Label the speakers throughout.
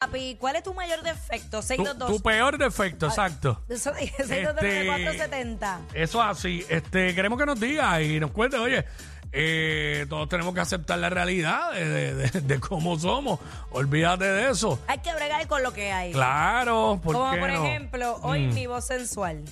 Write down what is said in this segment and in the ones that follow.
Speaker 1: papi. ¿Cuál es tu mayor defecto?
Speaker 2: Tu,
Speaker 1: 622.
Speaker 2: tu peor defecto, exacto.
Speaker 1: Eso dije,
Speaker 2: Este,
Speaker 1: 622-9470.
Speaker 2: Eso es así. Este, queremos que nos diga y nos cuente, oye, eh, todos tenemos que aceptar la realidad de, de- de- de cómo somos. Olvídate de eso.
Speaker 1: Hay que bregar con lo que hay.
Speaker 2: Claro, ¿por
Speaker 1: Como
Speaker 2: qué
Speaker 1: por
Speaker 2: no? Mm.
Speaker 1: ejemplo, hoy mi voz sensual.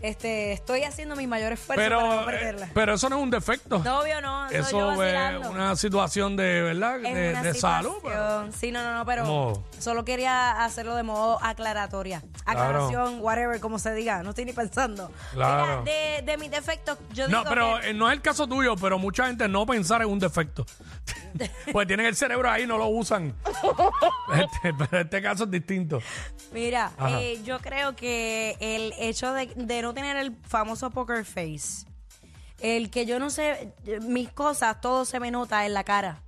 Speaker 1: Este, estoy haciendo mi mayor esfuerzo para no
Speaker 2: pero,
Speaker 1: perderla.
Speaker 2: eh, pero eso no es un defecto.
Speaker 1: no, obvio no, soy yo
Speaker 2: eso es
Speaker 1: vacilando.
Speaker 2: una situación de, ¿verdad?
Speaker 1: Es
Speaker 2: de
Speaker 1: una
Speaker 2: de salud. pero-
Speaker 1: situación. Sí, no, no, no, pero
Speaker 2: No.
Speaker 1: solo quería hacerlo de modo aclaratoria.
Speaker 2: Claro.
Speaker 1: Aclaración, whatever, como se diga. No estoy ni pensando.
Speaker 2: Claro.
Speaker 1: Mira, de, de mis defectos, yo
Speaker 2: No,
Speaker 1: digo
Speaker 2: pero
Speaker 1: que-
Speaker 2: eh, no es el caso tuyo, pero mucha gente no pensar en un defecto. pues tienen el cerebro ahí y no lo usan. Este, pero este caso es distinto.
Speaker 1: Mira,
Speaker 2: Ajá.
Speaker 1: eh, yo creo que el hecho de, de no tener el famoso poker face, el que yo no sé, eh, mis cosas, todo se me nota en la cara.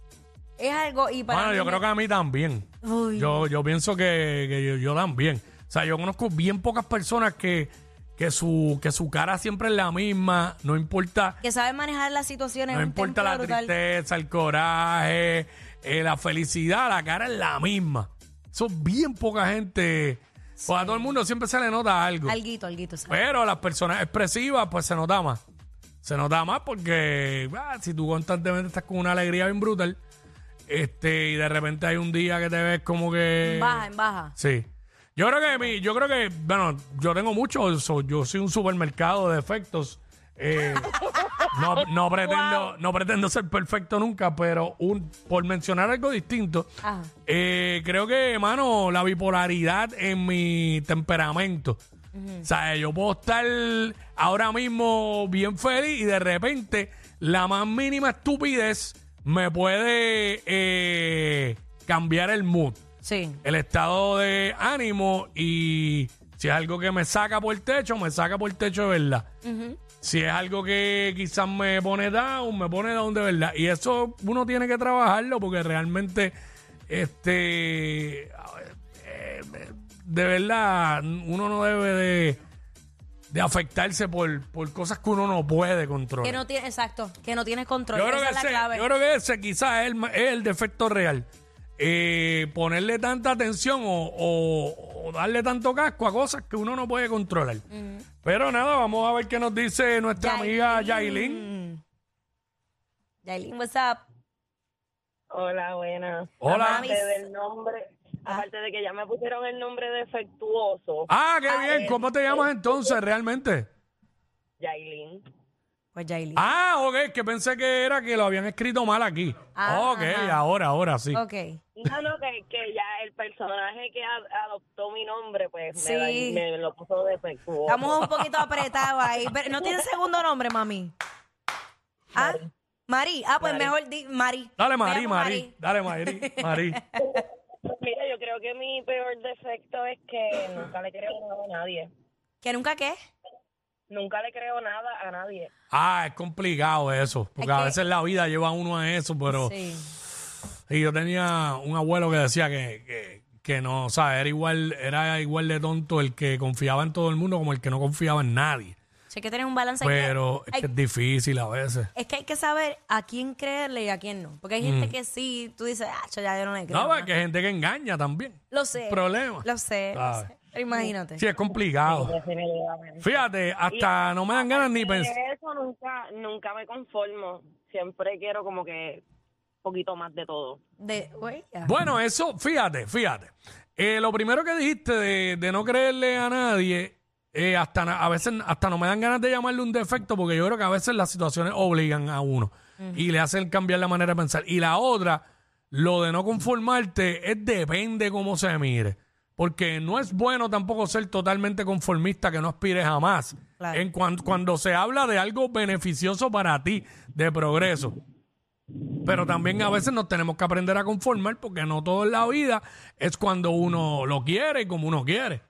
Speaker 1: Es algo y para
Speaker 2: Bueno,
Speaker 1: mí
Speaker 2: yo
Speaker 1: me-
Speaker 2: creo que a mí también.
Speaker 1: Uy.
Speaker 2: Yo, yo pienso que, que yo, yo también. O sea, yo conozco bien pocas personas que, que, su, que su cara siempre es la misma, no importa,
Speaker 1: que sabes manejar las situaciones.
Speaker 2: no
Speaker 1: es un
Speaker 2: importa
Speaker 1: templo
Speaker 2: la
Speaker 1: brutal.
Speaker 2: tristeza, el coraje, eh, la felicidad, la cara es la misma. Son bien poca gente. Pues a todo el mundo siempre se le nota algo.
Speaker 1: Alguito, alguito. ¿sabes?
Speaker 2: Pero las personas expresivas, pues se nota más. Se nota más porque ah, si tú constantemente estás con una alegría bien brutal, este, y de repente hay un día que te ves como que.
Speaker 1: en baja, en baja.
Speaker 2: Sí. Yo creo que mi, yo creo que, bueno, yo tengo mucho, so- yo soy un supermercado de defectos. Eh, no, no pretendo, no pretendo ser perfecto nunca, pero un, por mencionar algo distinto,
Speaker 1: Ajá.
Speaker 2: eh, creo que, hermano, la bipolaridad en mi temperamento. O sea, yo puedo estar ahora mismo bien feliz y de repente la más mínima estupidez me puede eh, cambiar el mood
Speaker 1: Sí.
Speaker 2: el estado de ánimo y si es algo que me saca por el techo, me saca por el techo de verdad. Si es algo que quizás me pone down, me pone down de verdad. Y eso uno tiene que trabajarlo porque realmente, este, a ver, eh, de verdad, uno no debe de, de afectarse por, por cosas que uno no puede controlar.
Speaker 1: Que no tiene, exacto, que no tienes control.
Speaker 2: pues. Yo
Speaker 1: Esa
Speaker 2: creo, que
Speaker 1: es la
Speaker 2: ese,
Speaker 1: clave.
Speaker 2: yo creo que ese quizás es el, ma- es el defecto real. Eh, ponerle tanta atención o, o- o darle tanto casco a cosas que uno no puede controlar. Pero nada, vamos a ver qué nos dice
Speaker 1: Mm.
Speaker 2: nuestra
Speaker 1: Yailin.
Speaker 2: amiga Yailin.
Speaker 1: Yailin, what's up?
Speaker 3: Hola, buena. Ah.
Speaker 2: Hola.
Speaker 3: Aparte del nombre, aparte de que ya me pusieron el nombre defectuoso,
Speaker 2: Ah, qué bien. ¿Cómo te llamas entonces realmente?
Speaker 3: Yailin.
Speaker 1: Pues Yailin.
Speaker 2: Ah, ok, que pensé que era que lo habían escrito mal aquí.
Speaker 1: Ah,
Speaker 2: ok,
Speaker 1: ajá.
Speaker 2: ahora, ahora sí.
Speaker 1: ok.
Speaker 3: No, no, que, que ya el personaje que a- adoptó mi nombre, pues me,
Speaker 1: Sí.
Speaker 3: da- me lo puso defectuoso.
Speaker 1: Estamos un poquito apretados ahí. Pero no tiene segundo nombre, mami. ¿Ah? Mari. Ah, pues mejor di Mari.
Speaker 2: Dale,
Speaker 1: Me
Speaker 2: Mari,
Speaker 1: llamo
Speaker 2: Mari. Dale, Mari, Mari.
Speaker 3: Pues Mira, yo creo que mi peor defecto es que nunca le creo nada a nadie.
Speaker 1: ¿Que nunca qué?
Speaker 3: Nunca le creo nada a nadie.
Speaker 2: Ah, es complicado eso. Porque
Speaker 1: Es
Speaker 2: a
Speaker 1: que-
Speaker 2: veces la vida lleva a uno a eso, pero.
Speaker 1: Sí.
Speaker 2: Y yo tenía un abuelo que decía que, que, que no, o sea, era igual, era igual de tonto el que confiaba en todo el mundo como el que no confiaba en nadie.
Speaker 1: O sea, hay que tener un balance. hay que-
Speaker 2: Pero es
Speaker 1: hay-
Speaker 2: que es difícil a veces.
Speaker 1: es que hay que saber a quién creerle y a quién no. Porque hay gente que sí, tú dices, ah, yo ya yo no le creo.
Speaker 2: Mm. No,
Speaker 1: más".
Speaker 2: porque hay gente que engaña también.
Speaker 1: Lo sé.
Speaker 2: Problema.
Speaker 1: Lo sé, lo
Speaker 2: ¿Sabes?
Speaker 1: sé. Pero imagínate.
Speaker 2: Sí, es complicado.
Speaker 3: Definitivamente.
Speaker 2: Fíjate, hasta no me dan ganas ni
Speaker 3: De
Speaker 2: pensar.
Speaker 3: eso nunca, nunca me conformo. Siempre quiero como que un poquito más de todo.
Speaker 1: De, güey, ya.
Speaker 2: Bueno, eso, fíjate, fíjate. Eh, lo primero que dijiste de, de no creerle a nadie, eh, hasta na- a veces hasta no me dan ganas de llamarle un defecto, porque yo creo que a veces las situaciones obligan a uno y le hacen cambiar la manera de pensar. Y la otra, lo de no conformarte, es depende cómo se mire. Porque no es bueno tampoco ser totalmente conformista, que no aspires jamás.
Speaker 1: Claro.
Speaker 2: En cuan- cuando se habla de algo beneficioso para ti, de progreso. Pero también a veces nos tenemos que aprender a conformar porque no todo en la vida es cuando uno lo quiere y como uno quiere.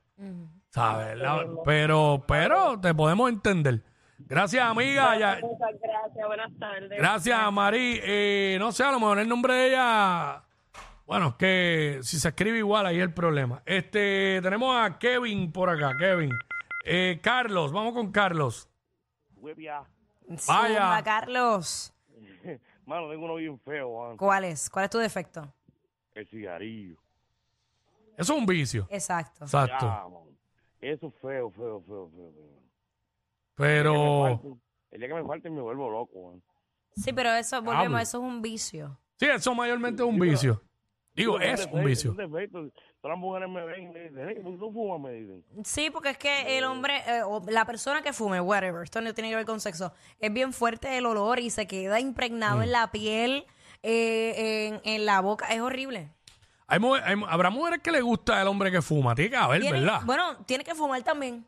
Speaker 2: ¿Sabes? La- pero, pero te podemos entender. Gracias, amiga. Ya-
Speaker 3: Muchas gracias, buenas tardes.
Speaker 2: gracias, Mari. Eh, no sé, a lo mejor el nombre de ella. Bueno, es que si se escribe igual, ahí es el problema. Este, tenemos a Kevin por acá, Kevin. Eh, Carlos, vamos con Carlos.
Speaker 4: Huevia.
Speaker 2: vaya.
Speaker 1: Zumba, Carlos.
Speaker 4: Mano, tengo uno bien feo, mano.
Speaker 1: ¿Cuál es? ¿Cuál es tu defecto?
Speaker 4: El cigarrillo.
Speaker 2: Eso es un vicio.
Speaker 1: Exacto.
Speaker 2: Exacto.
Speaker 4: Ya, mano. Eso es feo, feo, feo, feo. feo. El día
Speaker 2: Pero
Speaker 4: que me falten- El día que me falte me vuelvo loco, mano.
Speaker 1: Sí, pero eso, volvemos,
Speaker 2: Diablo.
Speaker 1: eso es un vicio.
Speaker 2: sí, eso mayormente es un vicio. Digo,
Speaker 4: Eso
Speaker 2: es un
Speaker 4: defecto,
Speaker 2: vicio.
Speaker 4: eso es defecto. Todas las mujeres me ven y me dicen, hey, ¿por qué tú fumas? Me dicen.
Speaker 1: Sí, porque es que el hombre, eh, o la persona que fume, whatever, esto no tiene que ver con sexo, es bien fuerte el olor y se queda impregnado
Speaker 2: Mm.
Speaker 1: en la piel, eh, en, en la boca, es horrible.
Speaker 2: Hay mu- hay mu- habrá mujeres que le gusta el hombre que fuma, tiene que haber,
Speaker 1: Tiene-
Speaker 2: ¿verdad?
Speaker 1: Bueno, tiene que fumar también,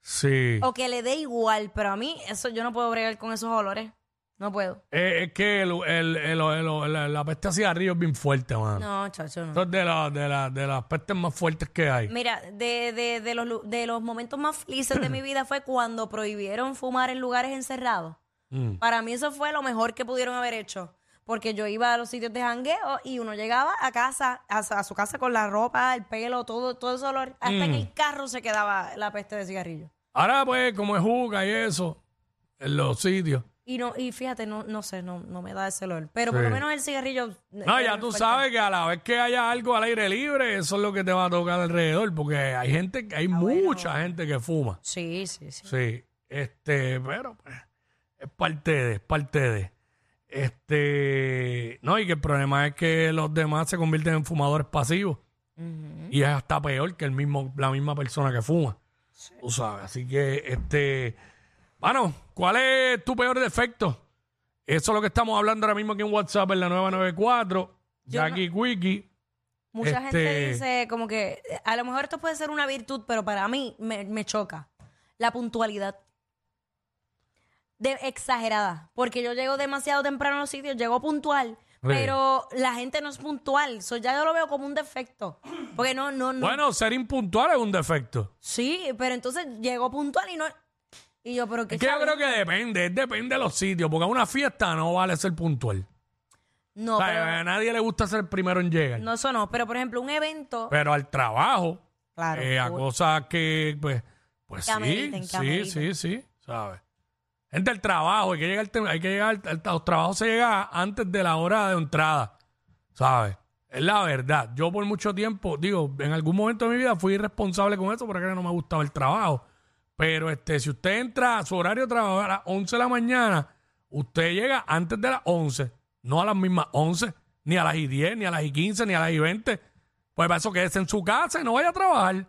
Speaker 2: Sí.
Speaker 1: o que le dé igual, pero a mí eso yo no puedo bregar con esos olores, no puedo.
Speaker 2: Eh, es que el, el- el- el- la, la peste hacia arriba es bien fuerte, mano.
Speaker 1: No, chacho, no.
Speaker 2: Eso es de, la- de, la- de las pestes más fuertes que hay.
Speaker 1: Mira, de, de, de, los, lu- de los momentos más felices de mi vida fue cuando prohibieron fumar en lugares encerrados.
Speaker 2: Mm.
Speaker 1: Para mí eso fue lo mejor que pudieron haber hecho. Porque yo iba a los sitios de jangueo y uno llegaba a casa, a, su- a su casa con la ropa, el pelo, todo, todo ese olor. Hasta
Speaker 2: Mm.
Speaker 1: en el carro se quedaba la peste de cigarrillo.
Speaker 2: Ahora, pues, como es juca y eso, en los sitios.
Speaker 1: Y no, y fíjate, no, no sé, no, no me da ese olor. Pero por lo
Speaker 2: Sí.
Speaker 1: menos el cigarrillo. eh,
Speaker 2: No, ya tú sabes que a la vez que haya algo al aire libre, eso es lo que te va a tocar alrededor, porque hay gente, hay
Speaker 1: Ah,
Speaker 2: mucha gente que fuma.
Speaker 1: Sí, sí, sí.
Speaker 2: Sí, este, pero pues, es parte de, es parte de. Este, no, y que el problema es que los demás se convierten en fumadores pasivos. Y es hasta peor que el mismo, la misma persona que fuma. Tú sabes, así que, este, bueno, ¿cuál es tu peor defecto? Eso es lo que estamos hablando ahora mismo aquí en WhatsApp, en la 994, Jackie Quickie.
Speaker 1: Mucha
Speaker 2: Este-
Speaker 1: gente dice como que eh, a lo mejor esto puede ser una virtud, pero para mí me, me choca la puntualidad. De, exagerada, porque yo llego demasiado temprano a los sitios, llego puntual, pero la gente no es puntual, so ya yo lo veo como un defecto, porque no, no, no.
Speaker 2: Bueno, ser impuntual es un defecto.
Speaker 1: Sí, pero entonces llego puntual y no... Y yo, pero qué
Speaker 2: Es que yo
Speaker 1: chavienda.
Speaker 2: creo que depende, es depende de los sitios, porque a una fiesta no vale ser puntual.
Speaker 1: No,
Speaker 2: O sea,
Speaker 1: pero-
Speaker 2: a nadie le gusta ser el primero en llegar.
Speaker 1: no, eso no, pero por ejemplo, un evento...
Speaker 2: Pero al trabajo,
Speaker 1: claro.
Speaker 2: eh, a
Speaker 1: full.
Speaker 2: cosas que, pues, pues
Speaker 1: Que ameriten,
Speaker 2: sí,
Speaker 1: que
Speaker 2: sí,
Speaker 1: ameriten.
Speaker 2: sí, sí, ¿sabes? Gente del trabajo, hay que llegar, tem- hay que llegar al- a los trabajos se llega antes de la hora de entrada, ¿sabes? Es la verdad. Yo por mucho tiempo, digo, en algún momento de mi vida fui irresponsable con eso porque era que no me gustaba el trabajo. Pero este, si usted entra a su horario de trabajo a las 11 de la mañana, usted llega antes de las 11, no a las mismas 11, ni a las y 10, ni a las y 15, ni a las y 20. Pues para eso quédese en su casa y no vaya a trabajar.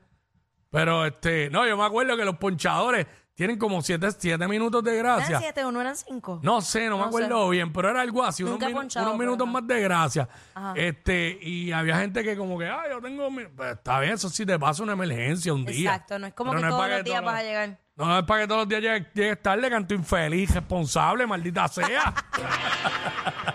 Speaker 2: Pero este, no, yo me acuerdo que los ponchadores tienen como 7 siete, siete minutos de
Speaker 1: ¿Eran
Speaker 2: gracia.
Speaker 1: siete o no eran cinco?
Speaker 2: No sé, no, me
Speaker 1: No sé.
Speaker 2: acuerdo bien, pero era algo así, unos,
Speaker 1: Nunca he
Speaker 2: minu-
Speaker 1: ponchado,
Speaker 2: unos
Speaker 1: pero
Speaker 2: minutos
Speaker 1: no.
Speaker 2: más de gracia. Este, y había gente que como que, ah, yo tengo mi-". Pues, está bien, eso sí te pasa una emergencia un día.
Speaker 1: Exacto, no es como
Speaker 2: Pero
Speaker 1: que
Speaker 2: no es
Speaker 1: todos
Speaker 2: para
Speaker 1: los
Speaker 2: que
Speaker 1: días
Speaker 2: todos
Speaker 1: vas a
Speaker 2: los-
Speaker 1: llegar.
Speaker 2: No es para que todos los días llegue- llegues tarde, canto infeliz, responsable, maldita sea.